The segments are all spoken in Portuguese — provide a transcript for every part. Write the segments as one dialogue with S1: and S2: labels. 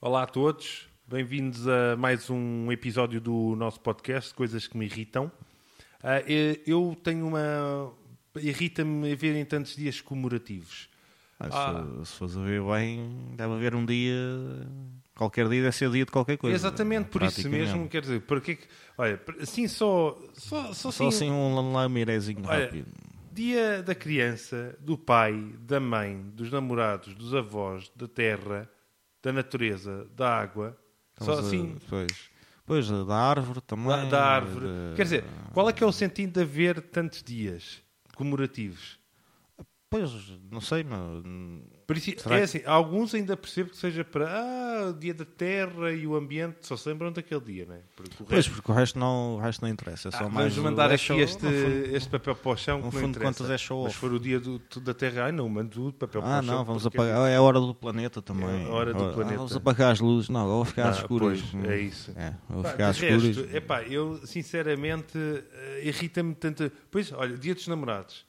S1: Olá a todos, bem-vindos a mais um episódio do nosso podcast, Coisas que me irritam. Ah, eh, eu tenho uma. Irrita-me verem tantos dias comemorativos.
S2: Ah,
S1: Ah.
S2: Se, se fores a ver bem, deve haver um dia. Qualquer dia deve ser dia de qualquer coisa.
S1: Exatamente, por isso
S2: praticamente.
S1: mesmo, quer dizer, porque é que. Olha, assim só. Só, só, assim,
S2: Só assim um lamirezinho
S1: Olha,
S2: rápido.
S1: Dia da criança, do pai, da mãe, dos namorados, dos avós, da terra, da natureza, da água.
S2: Estamos
S1: só
S2: a-
S1: assim.
S2: Pois, Pois, eh, da árvore também.
S1: da, da árvore.
S2: de-
S1: Quer dizer, qual é que é o sentido de haver tantos dias comemorativos?
S2: Pois, não sei, mas.
S1: Por isso-
S2: Será
S1: é
S2: que-
S1: assim, alguns ainda percebo que seja para ah, o dia da terra e o ambiente, só se lembram daquele dia, não é? Porque o
S2: Pois,
S1: resto-
S2: porque o resto não, o resto não interessa. É
S1: Ah,
S2: só mais
S1: vamos
S2: o-
S1: mandar
S2: é
S1: aqui
S2: show-
S1: este,
S2: no fundo-
S1: este papel para o chão que
S2: no
S1: não
S2: fundo de
S1: interessa.
S2: contas é show
S1: Mas
S2: off.
S1: se for o dia do, da terra, ai não, mando o papel para
S2: Ah,
S1: o chão.
S2: não, vamos
S1: porque
S2: apagar. É a hora do planeta também.
S1: É a hora do
S2: Ah,
S1: planeta.
S2: Vamos apagar as luzes. Não, vou ficar às
S1: Ah,
S2: escuras.
S1: pois, é isso.
S2: É, vou
S1: Pá,
S2: ficar às
S1: de resto, é
S2: escuras.
S1: epá, eu sinceramente eh, irrita-me tanto. Pois, olha, dia dos namorados.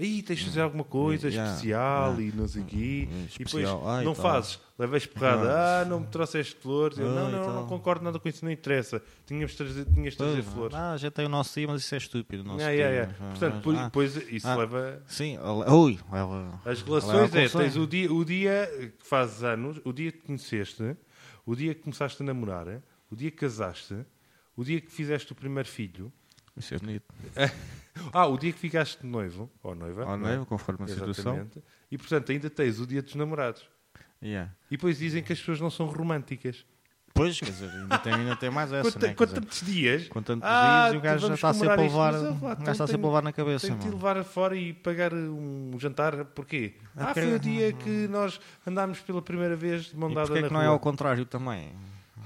S1: Aí tens de fazer alguma coisa
S2: Yeah,
S1: especial e não sei o quê.
S2: hum,
S1: E depois
S2: especial. Ah, e
S1: não
S2: tal.
S1: fazes. Levas porrada. Ah, não me trouxeste flores. Eu,
S2: Ah,
S1: não,
S2: e
S1: não,
S2: tal.
S1: não concordo nada com isso. Não interessa. Tinhas de trazer, tinhas de trazer
S2: Pois,
S1: flores.
S2: Ah, já tem o nosso dia, mas isso é estúpido. o nosso
S1: Yeah, yeah,
S2: dia,
S1: yeah.
S2: mas,
S1: Portanto,
S2: mas,
S1: por-
S2: ah,
S1: depois isso
S2: Ah.
S1: leva.
S2: Sim, ela- ui, ela-
S1: As
S2: ela
S1: relações
S2: a
S1: é,
S2: confusão.
S1: tens o dia, o dia que fazes anos, o dia que te conheceste, o dia que começaste a namorar, o dia que casaste, o dia que fizeste o primeiro filho,
S2: Isso é bonito.
S1: Ah, o dia que ficaste noivo, ou noiva.
S2: Ou não é? Conforme a situação.
S1: Exatamente. E portanto ainda tens o dia dos namorados.
S2: Yeah.
S1: E depois dizem que as pessoas não são românticas.
S2: Pois, quer dizer, ainda tem, ainda tem mais essa,
S1: Quanto,
S2: né? quer
S1: quanto
S2: dizer,
S1: tantos dias.
S2: Com tantos
S1: Ah,
S2: dias e o gajo já
S1: vamos
S2: está sempre a levar,
S1: comemorar isto, mas, ó, lá,
S2: já está
S1: tenho-
S2: sempre a levar na cabeça.
S1: Tenho que te
S2: mano.
S1: levar fora e pagar um jantar. Porquê? Ah,
S2: porque-
S1: foi o dia que nós andámos pela primeira vez de mão
S2: um. E
S1: dada
S2: porquê é
S1: na
S2: que não é
S1: rua.
S2: ao contrário também?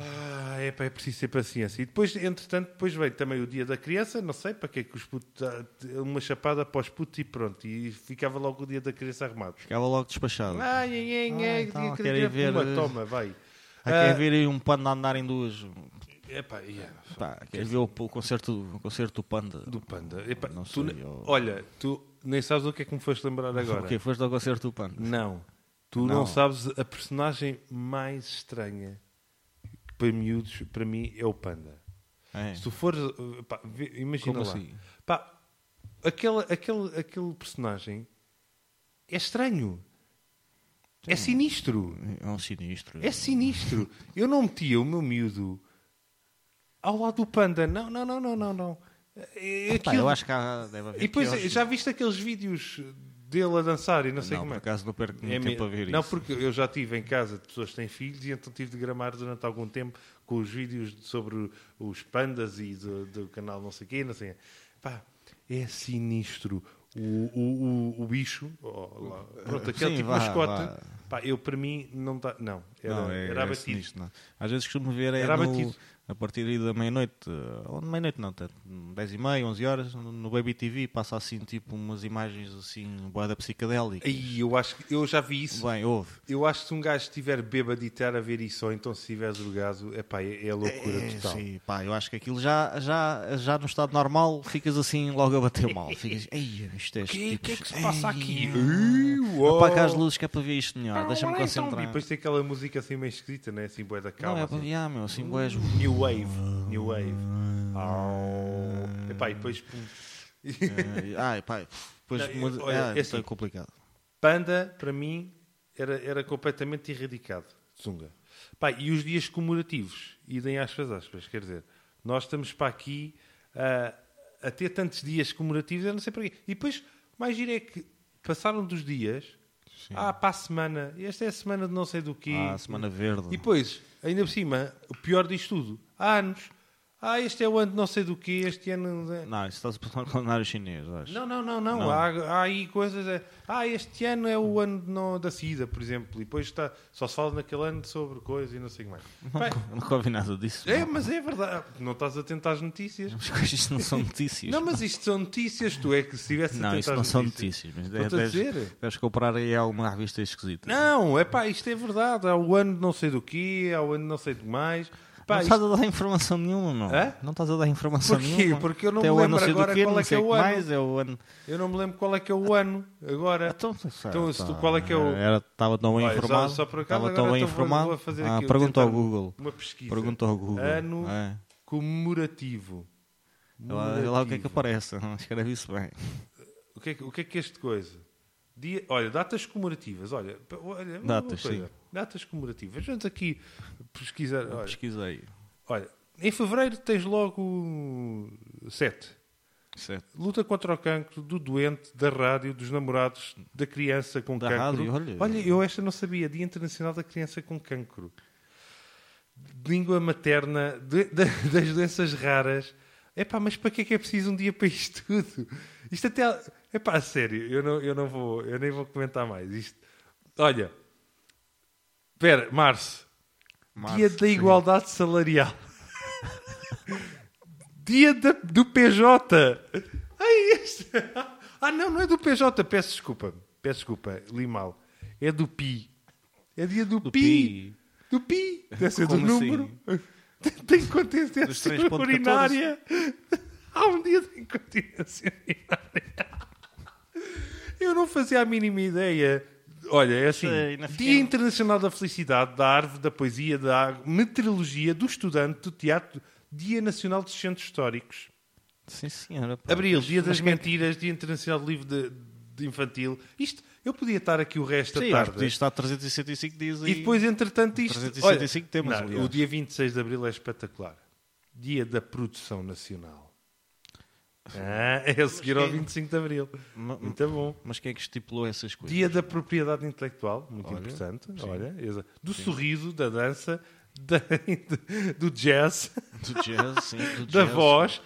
S1: Ah, é, pá, é preciso ter paciência. E depois, entretanto, depois vem também o dia da criança, não sei para que é que os putos. ah, Uma chapada para os putos e pronto. E ficava logo o dia da criança arrumado.
S2: Ficava logo despachado. Ah,
S1: Ai, ai, ai,
S2: Ah,
S1: ai,
S2: então,
S1: dia que
S2: querem
S1: dia-
S2: ver-
S1: Puma, toma, vai. Ah,
S2: quer ver aí um panda a andar em duas.
S1: Epá, yeah,
S2: Pá, quer ver o, o concerto, do- o concerto do panda?
S1: do panda. Epá,
S2: Não
S1: tu
S2: sei,
S1: ne-
S2: eu-
S1: Olha, tu nem sabes o que é que me foste lembrar agora.
S2: O quê? Foste ao concerto do panda?
S1: Não. Tu não.
S2: Não.
S1: sabes a personagem mais estranha que para miúdos, para mim, é o panda.
S2: É.
S1: Se tu fores, uh, pá, vê- imagina
S2: Como
S1: lá.
S2: assim?
S1: Pá, aquele, aquele, aquele personagem é estranho. É sinistro.
S2: É um sinistro.
S1: É sinistro. Eu não metia o meu miúdo ao lado do panda. Não, não, não, não, não, não. É
S2: Pá,
S1: aquilo-
S2: eu acho que é há, deve haver.
S1: E depois
S2: quiosques.
S1: já viste aqueles vídeos dele a dançar e não sei
S2: Não,
S1: como
S2: por
S1: é.
S2: acaso não perco
S1: É
S2: muito tempo
S1: mesmo.
S2: a ver
S1: não,
S2: isso.
S1: porque eu já tive em casa de pessoas que têm filhos e então tive de gramar durante algum tempo com os vídeos sobre os pandas e do, do canal não sei quê, não sei quê. Pá, é sinistro. O, o, o, o bicho, ó, lá, pronto, aquele
S2: Sim,
S1: tipo
S2: vá,
S1: mascote,
S2: vá.
S1: pá, eu para mim não está. Não, era,
S2: Não, é-
S1: era
S2: é
S1: abatido.
S2: sinistro, não. Às vezes costumo ver é
S1: Era
S2: no-
S1: abatido.
S2: a partir aí da meia-noite, ou de meia-noite não, tanto, 10 e meia, 11 horas, no- no Baby TV passa assim tipo umas imagens assim, boada psicadélica.
S1: Aí, eu acho que eu já vi isso.
S2: Bem, houve.
S1: Eu acho que se um gajo estiver bêbado e estar a ver isso, ou então se estiver drogado, epá, é, é loucura
S2: É,
S1: total.
S2: sim, pá, eu acho que aquilo já, já, já no estado normal ficas assim logo a bater mal. Ficas, ei, isto é
S1: O que,
S2: tipo,
S1: que é que se passa
S2: ei,
S1: aqui? Uou.
S2: Apaga as luzes que é para ver isto melhor, deixa-me
S1: Então, E
S2: concentrar.
S1: depois tem aquela música assim meio esquisita, né? assim boé da
S2: Não,
S1: calma.
S2: é para
S1: assim.
S2: ver, ah, meu, assim, boés.
S1: New Wave, New Wave.
S2: Hum.
S1: Au. Epá, e depois pum.
S2: É, Ai, pá, depois
S1: Não,
S2: muda-
S1: olha,
S2: ah,
S1: é assim.
S2: é complicado.
S1: Panda, para mim, era, era completamente erradicado. Zunga. Pá, e os dias comemorativos, idem aspas, aspas, quer dizer, nós estamos para aqui ah, a ter tantos dias comemorativos, eu não sei para quê. E depois, o mais giro é que passaram dos dias, ah, para a semana, esta é a semana de não sei do quê.
S2: Ah, Semana Verde.
S1: E depois, ainda por cima, o pior disto tudo, há anos. Ah, este é o ano de não sei do quê, este ano...
S2: Não, isso está-se a passar no calendário chinês, acho.
S1: Não, não, não, não.
S2: Não.
S1: Há, há aí coisas. é, Ah, este ano é o ano de não- da SIDA, por exemplo, e depois está, só se fala naquele ano sobre coisas e não sei o que mais. Bem,
S2: Nunca ouvi nada disso.
S1: é,
S2: mano.
S1: mas é verdade. Não estás atento às notícias.
S2: As coisas não são notícias.
S1: Não, mas isto são notícias, tu é que se estivesse
S2: Não,
S1: atento
S2: isso
S1: às
S2: não são
S1: notícias.
S2: notícias. Mas
S1: Estou-te a
S2: deves,
S1: dizer.
S2: deves comprar aí alguma revista esquisita.
S1: Não, é pá, isto é verdade. Há o ano de não sei do quê, há o ano de não sei do que mais. pá,
S2: não
S1: isto-
S2: estás a dar informação nenhuma, meu.
S1: Hã?
S2: Não estás a dar informação
S1: Porquê?
S2: nenhuma.
S1: Porque eu não
S2: Até
S1: me
S2: o ano
S1: lembro
S2: sei do
S1: agora
S2: quê,
S1: qual
S2: não
S1: é que
S2: sei
S1: é o ano.
S2: mais, é o ano.
S1: eu não me lembro qual é que é o ano agora.
S2: Então,
S1: Então, se tu- qual é que é o-
S2: Era, estava tão bem
S1: Olha, só-
S2: informado.
S1: só por acaso
S2: estava
S1: agora
S2: tão bem
S1: estou- vou-
S2: informado.
S1: vou fazer
S2: ah,
S1: aqui, vou
S2: pergunta ao
S1: tentar-
S2: Google.
S1: Uma pesquisa.
S2: Pergunta ao Google.
S1: Ano
S2: É.
S1: comemorativo.
S2: É lá- é lá o que é que aparece. Não escreve isso bem.
S1: O que é que, o que, é que é este coisa? Dia, olha, datas comemorativas. Olha, p- olha uma
S2: Datas,
S1: coisa.
S2: sim.
S1: Datas comemorativas. Vamos aqui pesquisar. Olha,
S2: Pesquisei.
S1: olha, em fevereiro tens logo 7.
S2: Certo.
S1: Luta contra o cancro, do doente, da rádio, dos namorados, da criança com
S2: Da
S1: cancro.
S2: rádio, olha.
S1: eu esta não sabia. Dia Internacional da Criança com Cancro. Língua materna, de- da- das doenças raras. Epá, mas para que é que é preciso um dia para isto tudo? Isto até... Epá, a sério, eu, não, eu, não vou, eu nem vou comentar mais. Isto... Olha, espera, março. Dia
S2: Março,
S1: da
S2: sim.
S1: Igualdade Salarial. Dia da- do PJ. Ai, este... Ah, não, não é do PJ. Peço desculpa. Peço desculpa. Li mal. É do PI. É dia do, PI.
S2: pi.
S1: Do PI. Deve ser do
S2: Como assim?
S1: número. Tem incontinência
S2: Dos 3.14.
S1: urinária. Há um dia de incontinência urinária. Eu não fazia a mínima ideia. Olha, é assim.
S2: Sei, na
S1: Dia
S2: fina-
S1: Internacional da Felicidade, da Árvore, da Poesia, da Água, Meteorologia, do Estudante, do Teatro, Dia Nacional dos Centros Históricos.
S2: Sim, senhora. pá.
S1: Abril, Dia das Mentiras, Dia Internacional do Livro de, de Infantil. Isto, eu podia estar aqui o resto
S2: Sim,
S1: da
S2: acho que
S1: tarde.
S2: isto está a 365 dias
S1: E depois, entretanto, isto...
S2: 365 temas,
S1: não,
S2: aliás.
S1: o dia 26 de Abril é espetacular. Dia da Produção Nacional. Ah, é a seguir ao
S2: quem-
S1: 25 de Abril.
S2: Ma-
S1: Muito bom.
S2: Mas quem é que estipulou essas coisas?
S1: Dia da propriedade intelectual, muito
S2: Olha,
S1: importante. Olha, exa- do sorriso, da dança, da- do jazz,
S2: Do jazz, sim, do
S1: da
S2: jazz.
S1: voz,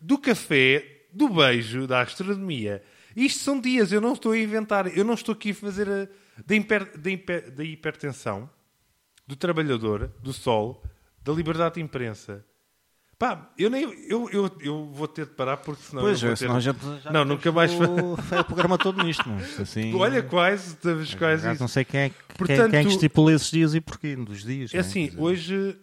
S1: do café, do beijo, da astronomia. Isto são dias, eu não estou a inventar, eu não estou aqui a fazer a- da, hiper- da hiper- da hipertensão, do trabalhador, do sol, da liberdade de imprensa. Pá, eu, nem, eu, eu, eu vou ter de parar porque senão
S2: Pois
S1: eu vou
S2: é,
S1: ter...
S2: senão a gente já
S1: Não, nunca mais...
S2: o- foi o programa todo nisto, mas assim.
S1: Olha quase, estamos quase...
S2: já
S1: isso.
S2: não sei quem é, que- quem-
S1: Portanto,
S2: quem é que estipula esses dias e porquê, dos dias.
S1: É
S2: né?
S1: assim,
S2: Quer dizer,
S1: hoje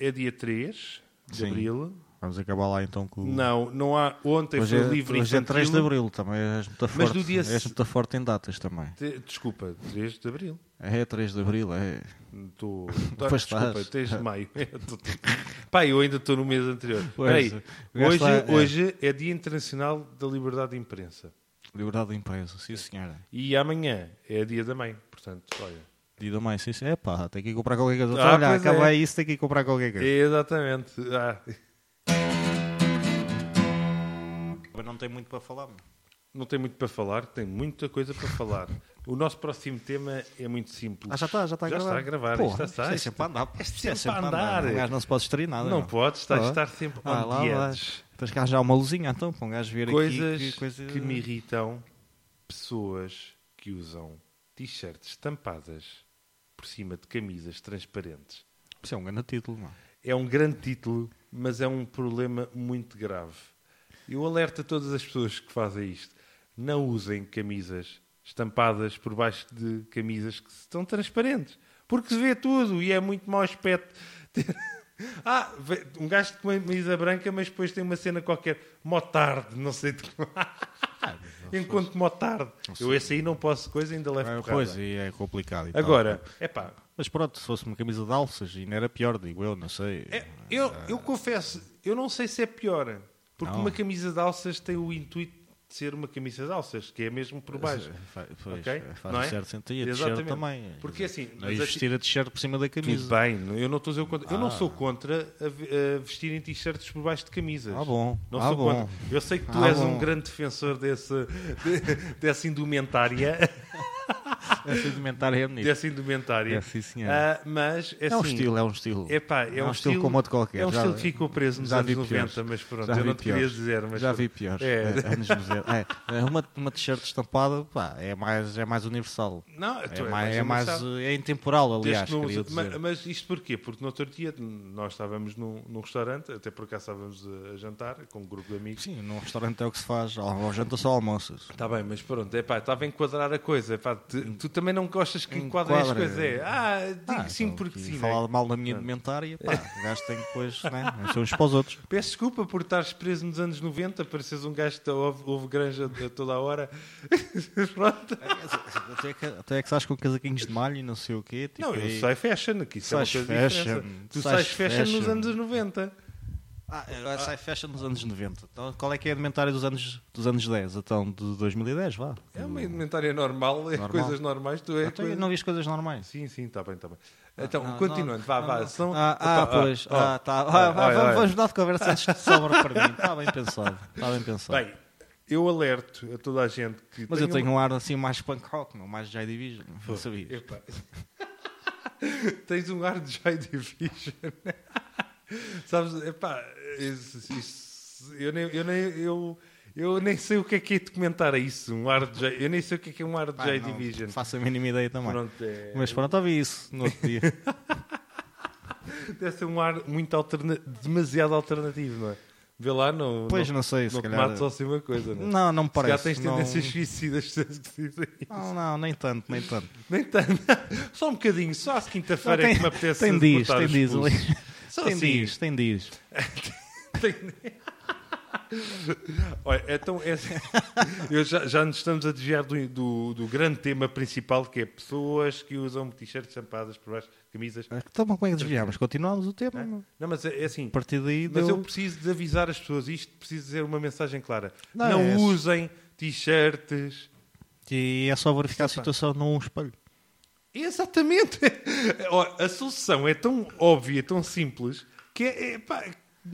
S1: é dia 3 de
S2: Sim.
S1: abril.
S2: Vamos acabar lá então com.
S1: Não, não há. Ontem
S2: hoje
S1: foi
S2: é,
S1: o livro
S2: hoje é
S1: infantil.
S2: 3 de abril também. És muito forte,
S1: Mas do dia
S2: és
S1: se-
S2: muito forte em datas também.
S1: Te- Desculpa, 3 de abril.
S2: É 3 de abril, é.
S1: Tô...
S2: Pois
S1: Desculpa,
S2: estás.
S1: 3 de maio. Eu tô- tô- Pá, eu ainda estou no mês anterior.
S2: Pois,
S1: Peraí,
S2: o gajo
S1: hoje,
S2: lá é-
S1: hoje é Dia Internacional da Liberdade de Imprensa.
S2: Liberdade de imprensa, sim senhora.
S1: E amanhã é Dia da Mãe. Portanto, olha.
S2: Dia da mãe, sim senhora. É pá, tem que ir comprar qualquer coisa.
S1: Ah,
S2: Olha,
S1: pois é.
S2: acabei isso, tem que ir comprar qualquer coisa.
S1: Exatamente. Ah,
S2: Mas não tem muito para falar. meu.
S1: não tem muito para falar, tem muita coisa para falar. O nosso próximo tema é muito simples.
S2: Ah, já está, já está a
S1: Já
S2: gravar.
S1: está a gravar,
S2: Pô,
S1: isto está-
S2: é sempre a andar.
S1: isto é
S2: Isto é
S1: sempre
S2: sempre
S1: a andar.
S2: Um gajo não se pode distrair nada.
S1: Não
S2: meu.
S1: podes, tens de
S2: Ah.
S1: estar sempre
S2: Ah,
S1: on
S2: lá,
S1: the
S2: lá.
S1: edge.
S2: Tens que arranjar uma luzinha, então, para um gajo ver
S1: Coisas
S2: aqui. que coisa-
S1: que me irritam, pessoas que usam t-shirts estampadas por cima de camisas transparentes.
S2: Isso é um grande título, mano.
S1: É um grande título, mas é um problema muito grave. Eu alerto a todas as pessoas que fazem isto. Não usem camisas estampadas por baixo de camisas que estão transparentes. Porque se vê tudo e é muito mau aspecto. ter- ah, vê- um gajo com uma camisa branca, mas depois tem uma cena qualquer. Motarde, não sei de que. Ah, Enquanto motarde. Eu esse aí não posso coisa, ainda levo
S2: É,
S1: porrada.
S2: pois, e é complicado. e tal.
S1: Agora, é pá,
S2: Mas pronto, se fosse uma camisa de alças, ainda era pior, digo eu, não sei.
S1: É, eu, eu confesso, eu não sei se é pior, porque
S2: Não.
S1: uma camisa de alças tem o intuito de ser uma camisa de alças, que é mesmo por baixo.
S2: Fa- Pois,
S1: Ok?
S2: Faz
S1: Não é?
S2: um certo sentido. E a t-shirt
S1: Exatamente.
S2: também.
S1: Porque assim,
S2: Não,
S1: mas
S2: E
S1: a Ah.
S2: vestir a t-shirt por cima da
S1: Tudo
S2: camisa.
S1: bem, eu não estou a dizer o contra. Eu não sou contra a, ve- a vestirem t-shirts por baixo de camisas.
S2: Ah, bom.
S1: Não
S2: Ah,
S1: sou
S2: bom.
S1: contra. Eu sei que tu
S2: Ah,
S1: és um
S2: bom.
S1: grande defensor desse, de- dessa indumentária.
S2: Essa indumentária é bonita.
S1: dessa indumentária.
S2: É, sim, senhora.
S1: Ah, mas é,
S2: É um
S1: assim,
S2: estilo, é um estilo.
S1: Epá, é,
S2: É um estilo como outro qualquer,
S1: É um
S2: já-
S1: estilo que ficou preso nos
S2: já
S1: anos
S2: vi
S1: 90,
S2: piores.
S1: mas pronto,
S2: Já
S1: eu
S2: vi
S1: não te queria
S2: piores.
S1: dizer. Mas
S2: Já vi
S1: pronto.
S2: piores.
S1: É.
S2: É, anos 90. É, é uma uma t-shirt estampada pá, é, mais, é mais universal.
S1: Não,
S2: É,
S1: tu é
S2: mais, é,
S1: mais
S2: mais, é intemporal,
S1: Desde
S2: aliás.
S1: que não
S2: queria
S1: usa- ma-
S2: dizer.
S1: mas, isto porquê? Porque no outro dia nós estávamos num, num restaurante, até por acaso estávamos a, a jantar com um grupo de amigos.
S2: Sim, num restaurante é o que se faz. Ao ao jantar só almoços.
S1: Tá Está bem, mas pronto, é pá, estava a enquadrar a coisa. Epá, te- tu Tu também não gostas que enquadrem as
S2: Enquadra.
S1: coisas. É, ah, digo
S2: Ah,
S1: sim
S2: então,
S1: porque
S2: e
S1: sim. né?
S2: Falar mal da minha indumentária, pá, o gajo tem que depois, né? São uns para os outros.
S1: Peço desculpa por estares preso nos anos 90, pareces um gajo que ouve, ouve granja a toda a hora. Pronto.
S2: É, Até que, até que sais com casaquinhos de malho e não sei o quê. Tipo,
S1: Não, eu
S2: aí-
S1: sei fashion, que isso é uma
S2: sais
S1: coisa diferente.
S2: fashion,
S1: Tu sais
S2: sais
S1: fashion, nos
S2: fashion.
S1: anos 90.
S2: Ah, agora sai fashion dos anos 90. Então, qual é que é a indumentária dos anos, dos anos 10? Então, de 2010, vá.
S1: É uma indumentária normal, é
S2: Normal.
S1: coisas normais. Tu é
S2: Então, eu
S1: coisa-
S2: não vi as coisas normais.
S1: Sim, sim, está bem, está bem. Então,
S2: Ah, não,
S1: continuando, vá, vá. Então, São...
S2: Ah, ah,
S1: Opa,
S2: pois.
S1: ó,
S2: Ah,
S1: ó,
S2: tá.
S1: ó, ó,
S2: Ah, vá,
S1: ó, ó.
S2: vamos, vamos mudar de conversa antes que sobra para mim. Está bem pensado. Está bem pensado.
S1: Bem, eu alerto a toda a gente que.
S2: Mas eu
S1: tenham-
S2: tenho um ar assim mais punk rock, meu, mais Joy Division. Não sabias?
S1: Epá. Tens um ar de Joy Division. Sabes, epá, isso- isso- eu, nem, eu, nem, eu, eu nem sei o que é que é de comentar a isso. Um ar de Joy, eu nem sei o que é que é um ar de
S2: Pá,
S1: Joy
S2: não
S1: Division.
S2: Faço a mínima ideia também.
S1: Pronto, é,
S2: Mas pronto, ouvi isso no outro dia.
S1: deve ser um ar muito alterna demasiado alternativo, não é? Vê lá, não,
S2: Pois
S1: não,
S2: não sei,
S1: não
S2: se
S1: te
S2: calhar.
S1: mates ao ser uma coisa, não é?
S2: Não, não me
S1: Se calhar
S2: parece.
S1: tens
S2: não...
S1: tendências suicidas. se dizem isso.
S2: Não, não, nem tanto, nem tanto.
S1: Nem tanto. Só um bocadinho, só à quinta-feira
S2: Não,
S1: é que me apetece
S2: tem dias,
S1: botar
S2: tem
S1: os
S2: dias.
S1: pulsos.
S2: ali.
S1: Só
S2: Tem
S1: assim.
S2: dias, tem dias.
S1: Olha, então é assim. Eu já, já nos estamos a desviar do, do, do grande tema principal que é pessoas que usam t-shirts estampadas por baixo, camisas.
S2: Então, mas como é que desviámos? Continuámos o tema? meu.
S1: Não, mas é é assim.
S2: A partir daí
S1: Mas
S2: deu-
S1: eu preciso de avisar as pessoas isto, preciso dizer uma mensagem clara. Não,
S2: Não, é essa.
S1: usem t-shirts.
S2: E é só verificar a situação num espelho.
S1: Exatamente. Ó, A solução é tão óbvia, tão simples, que é, é, pá,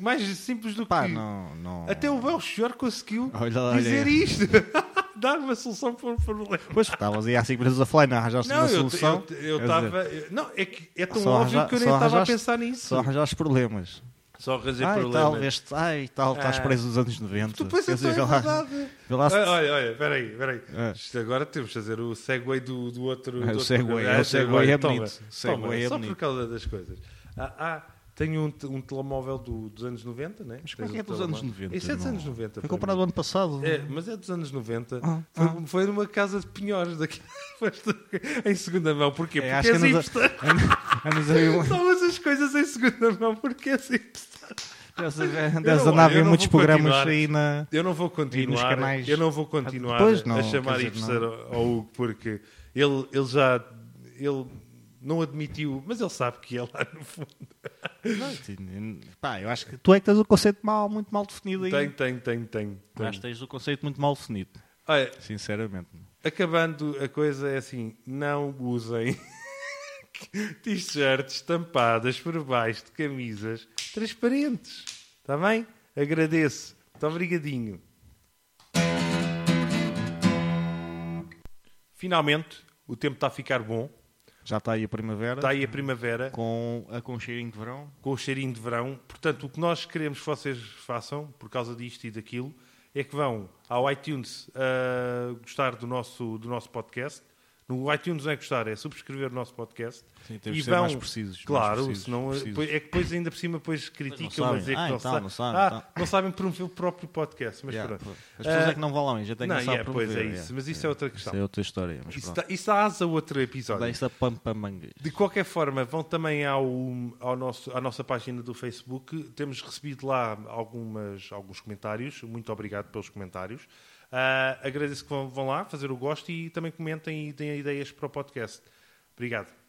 S1: mais simples do
S2: Pá,
S1: que.
S2: não, não.
S1: Até o Belchior conseguiu
S2: Olha lá, olha
S1: dizer
S2: aí.
S1: isto. Dar uma solução para um problema.
S2: Pois, estavas aí há 5 minutos a falar e não arranjaste
S1: Não,
S2: uma
S1: eu
S2: solução.
S1: estava. Eu,
S2: Quer dizer,
S1: tava- eu- não, é que é tão
S2: só
S1: óbvio
S2: arranja-
S1: que eu
S2: só
S1: nem estava a
S2: arranjaste-
S1: pensar nisso.
S2: Só arranjaste problems.
S1: Só fazer
S2: Ai,
S1: problema.
S2: tal, este, ai, tal, estás
S1: Ah.
S2: preso dos anos 90.
S1: Tu pensas
S2: Quer
S1: então
S2: dizer,
S1: é
S2: vê lá-
S1: verdade.
S2: vê lá se-
S1: Ah, Olha, olha, peraí, peraí.
S2: Ah.
S1: Isto Agora temos de fazer o segue do, do outro.
S2: Ah,
S1: do
S2: o
S1: outro
S2: segue,
S1: programa.
S2: é, o
S1: Ah,
S2: segue
S1: olha,
S2: é
S1: toma,
S2: bonito. O segue
S1: toma,
S2: é
S1: só por
S2: bonito.
S1: causa das coisas. Ah, ah, tenho um, te- um telemóvel do- dos anos 90, né?
S2: Mas como
S1: Tens
S2: é que é
S1: um
S2: dos anos
S1: telemóvel.
S2: 90?
S1: Isso é dos
S2: Não.
S1: anos 90.
S2: Foi
S1: para
S2: comprado
S1: mim.
S2: o ano passado.
S1: É, mas é dos anos 90.
S2: Ah,
S1: foi,
S2: ah.
S1: foi numa casa de pinhores daqui, em segunda mão. Porquê?
S2: É,
S1: Porque és
S2: andas a-
S1: hipster.
S2: andas aí um-
S1: Só usas coisas em segunda mão porque és hipster.
S2: andas
S1: Eu
S2: andas
S1: não-
S2: a andar a
S1: eu
S2: ver
S1: não
S2: muitos
S1: vou
S2: programas
S1: continuar.
S2: aí na.
S1: Eu não vou continuar,
S2: canais-
S1: eu não vou continuar
S2: Depois não,
S1: a chamar
S2: quer dizer,
S1: hipster ao ao Hugo porque ele, ele já ele não admitiu, mas ele sabe que é lá no fundo.
S2: Pá, eu acho que tu é que tens o conceito mal, muito mal definido aí.
S1: Tem, tem, tem, tem. tem.
S2: Acho que tens o conceito muito mal definido,
S1: Olha,
S2: sinceramente.
S1: Acabando, a coisa é assim: não usem t-shirts estampadas por baixo de camisas transparentes. Está bem? Agradeço. Muito obrigadinho. Finalmente, o tempo está a ficar bom.
S2: Já está aí a primavera,
S1: Está Tá aí a primavera
S2: com a com cheirinho de verão.
S1: com o cheirinho de verão. Portanto, o que nós queremos que vocês façam, por causa disto e daquilo, é que vão ao iTunes ah, gostar do nosso, do nosso podcast. No iTunes não é gostar, é subscrever o nosso podcast.
S2: Sim, temos de ser mais precisos, mais
S1: Claro,
S2: precisos,
S1: senão,
S2: precisos.
S1: pois- é que depois ainda por cima depois criticam,
S2: sabem.
S1: mas é que
S2: Ah,
S1: não,
S2: então,
S1: sa-
S2: não sabem,
S1: Ah,
S2: então.
S1: não sabem promover o próprio podcast. Mas
S2: Yeah. As
S1: pronto.
S2: pessoas
S1: Ah,
S2: é que não vão lá, mas já tem
S1: não,
S2: que começar
S1: yeah,
S2: a
S1: pois
S2: promover,
S1: é isso, mas isso é outra questão.
S2: Isso é outra história, mas
S1: Isso,
S2: pronto.
S1: dá- isso dá asa a outro episódio.
S2: Dá isso a pampa manga.
S1: De qualquer forma, vão também ao, ao nosso, à nossa página do Facebook. Temos recebido lá algumas, alguns comentários. Muito obrigado pelos comentários. Ah, agradeço que vão, vão lá fazer o gosto e também comentem e deem ideias para o podcast. Obrigado.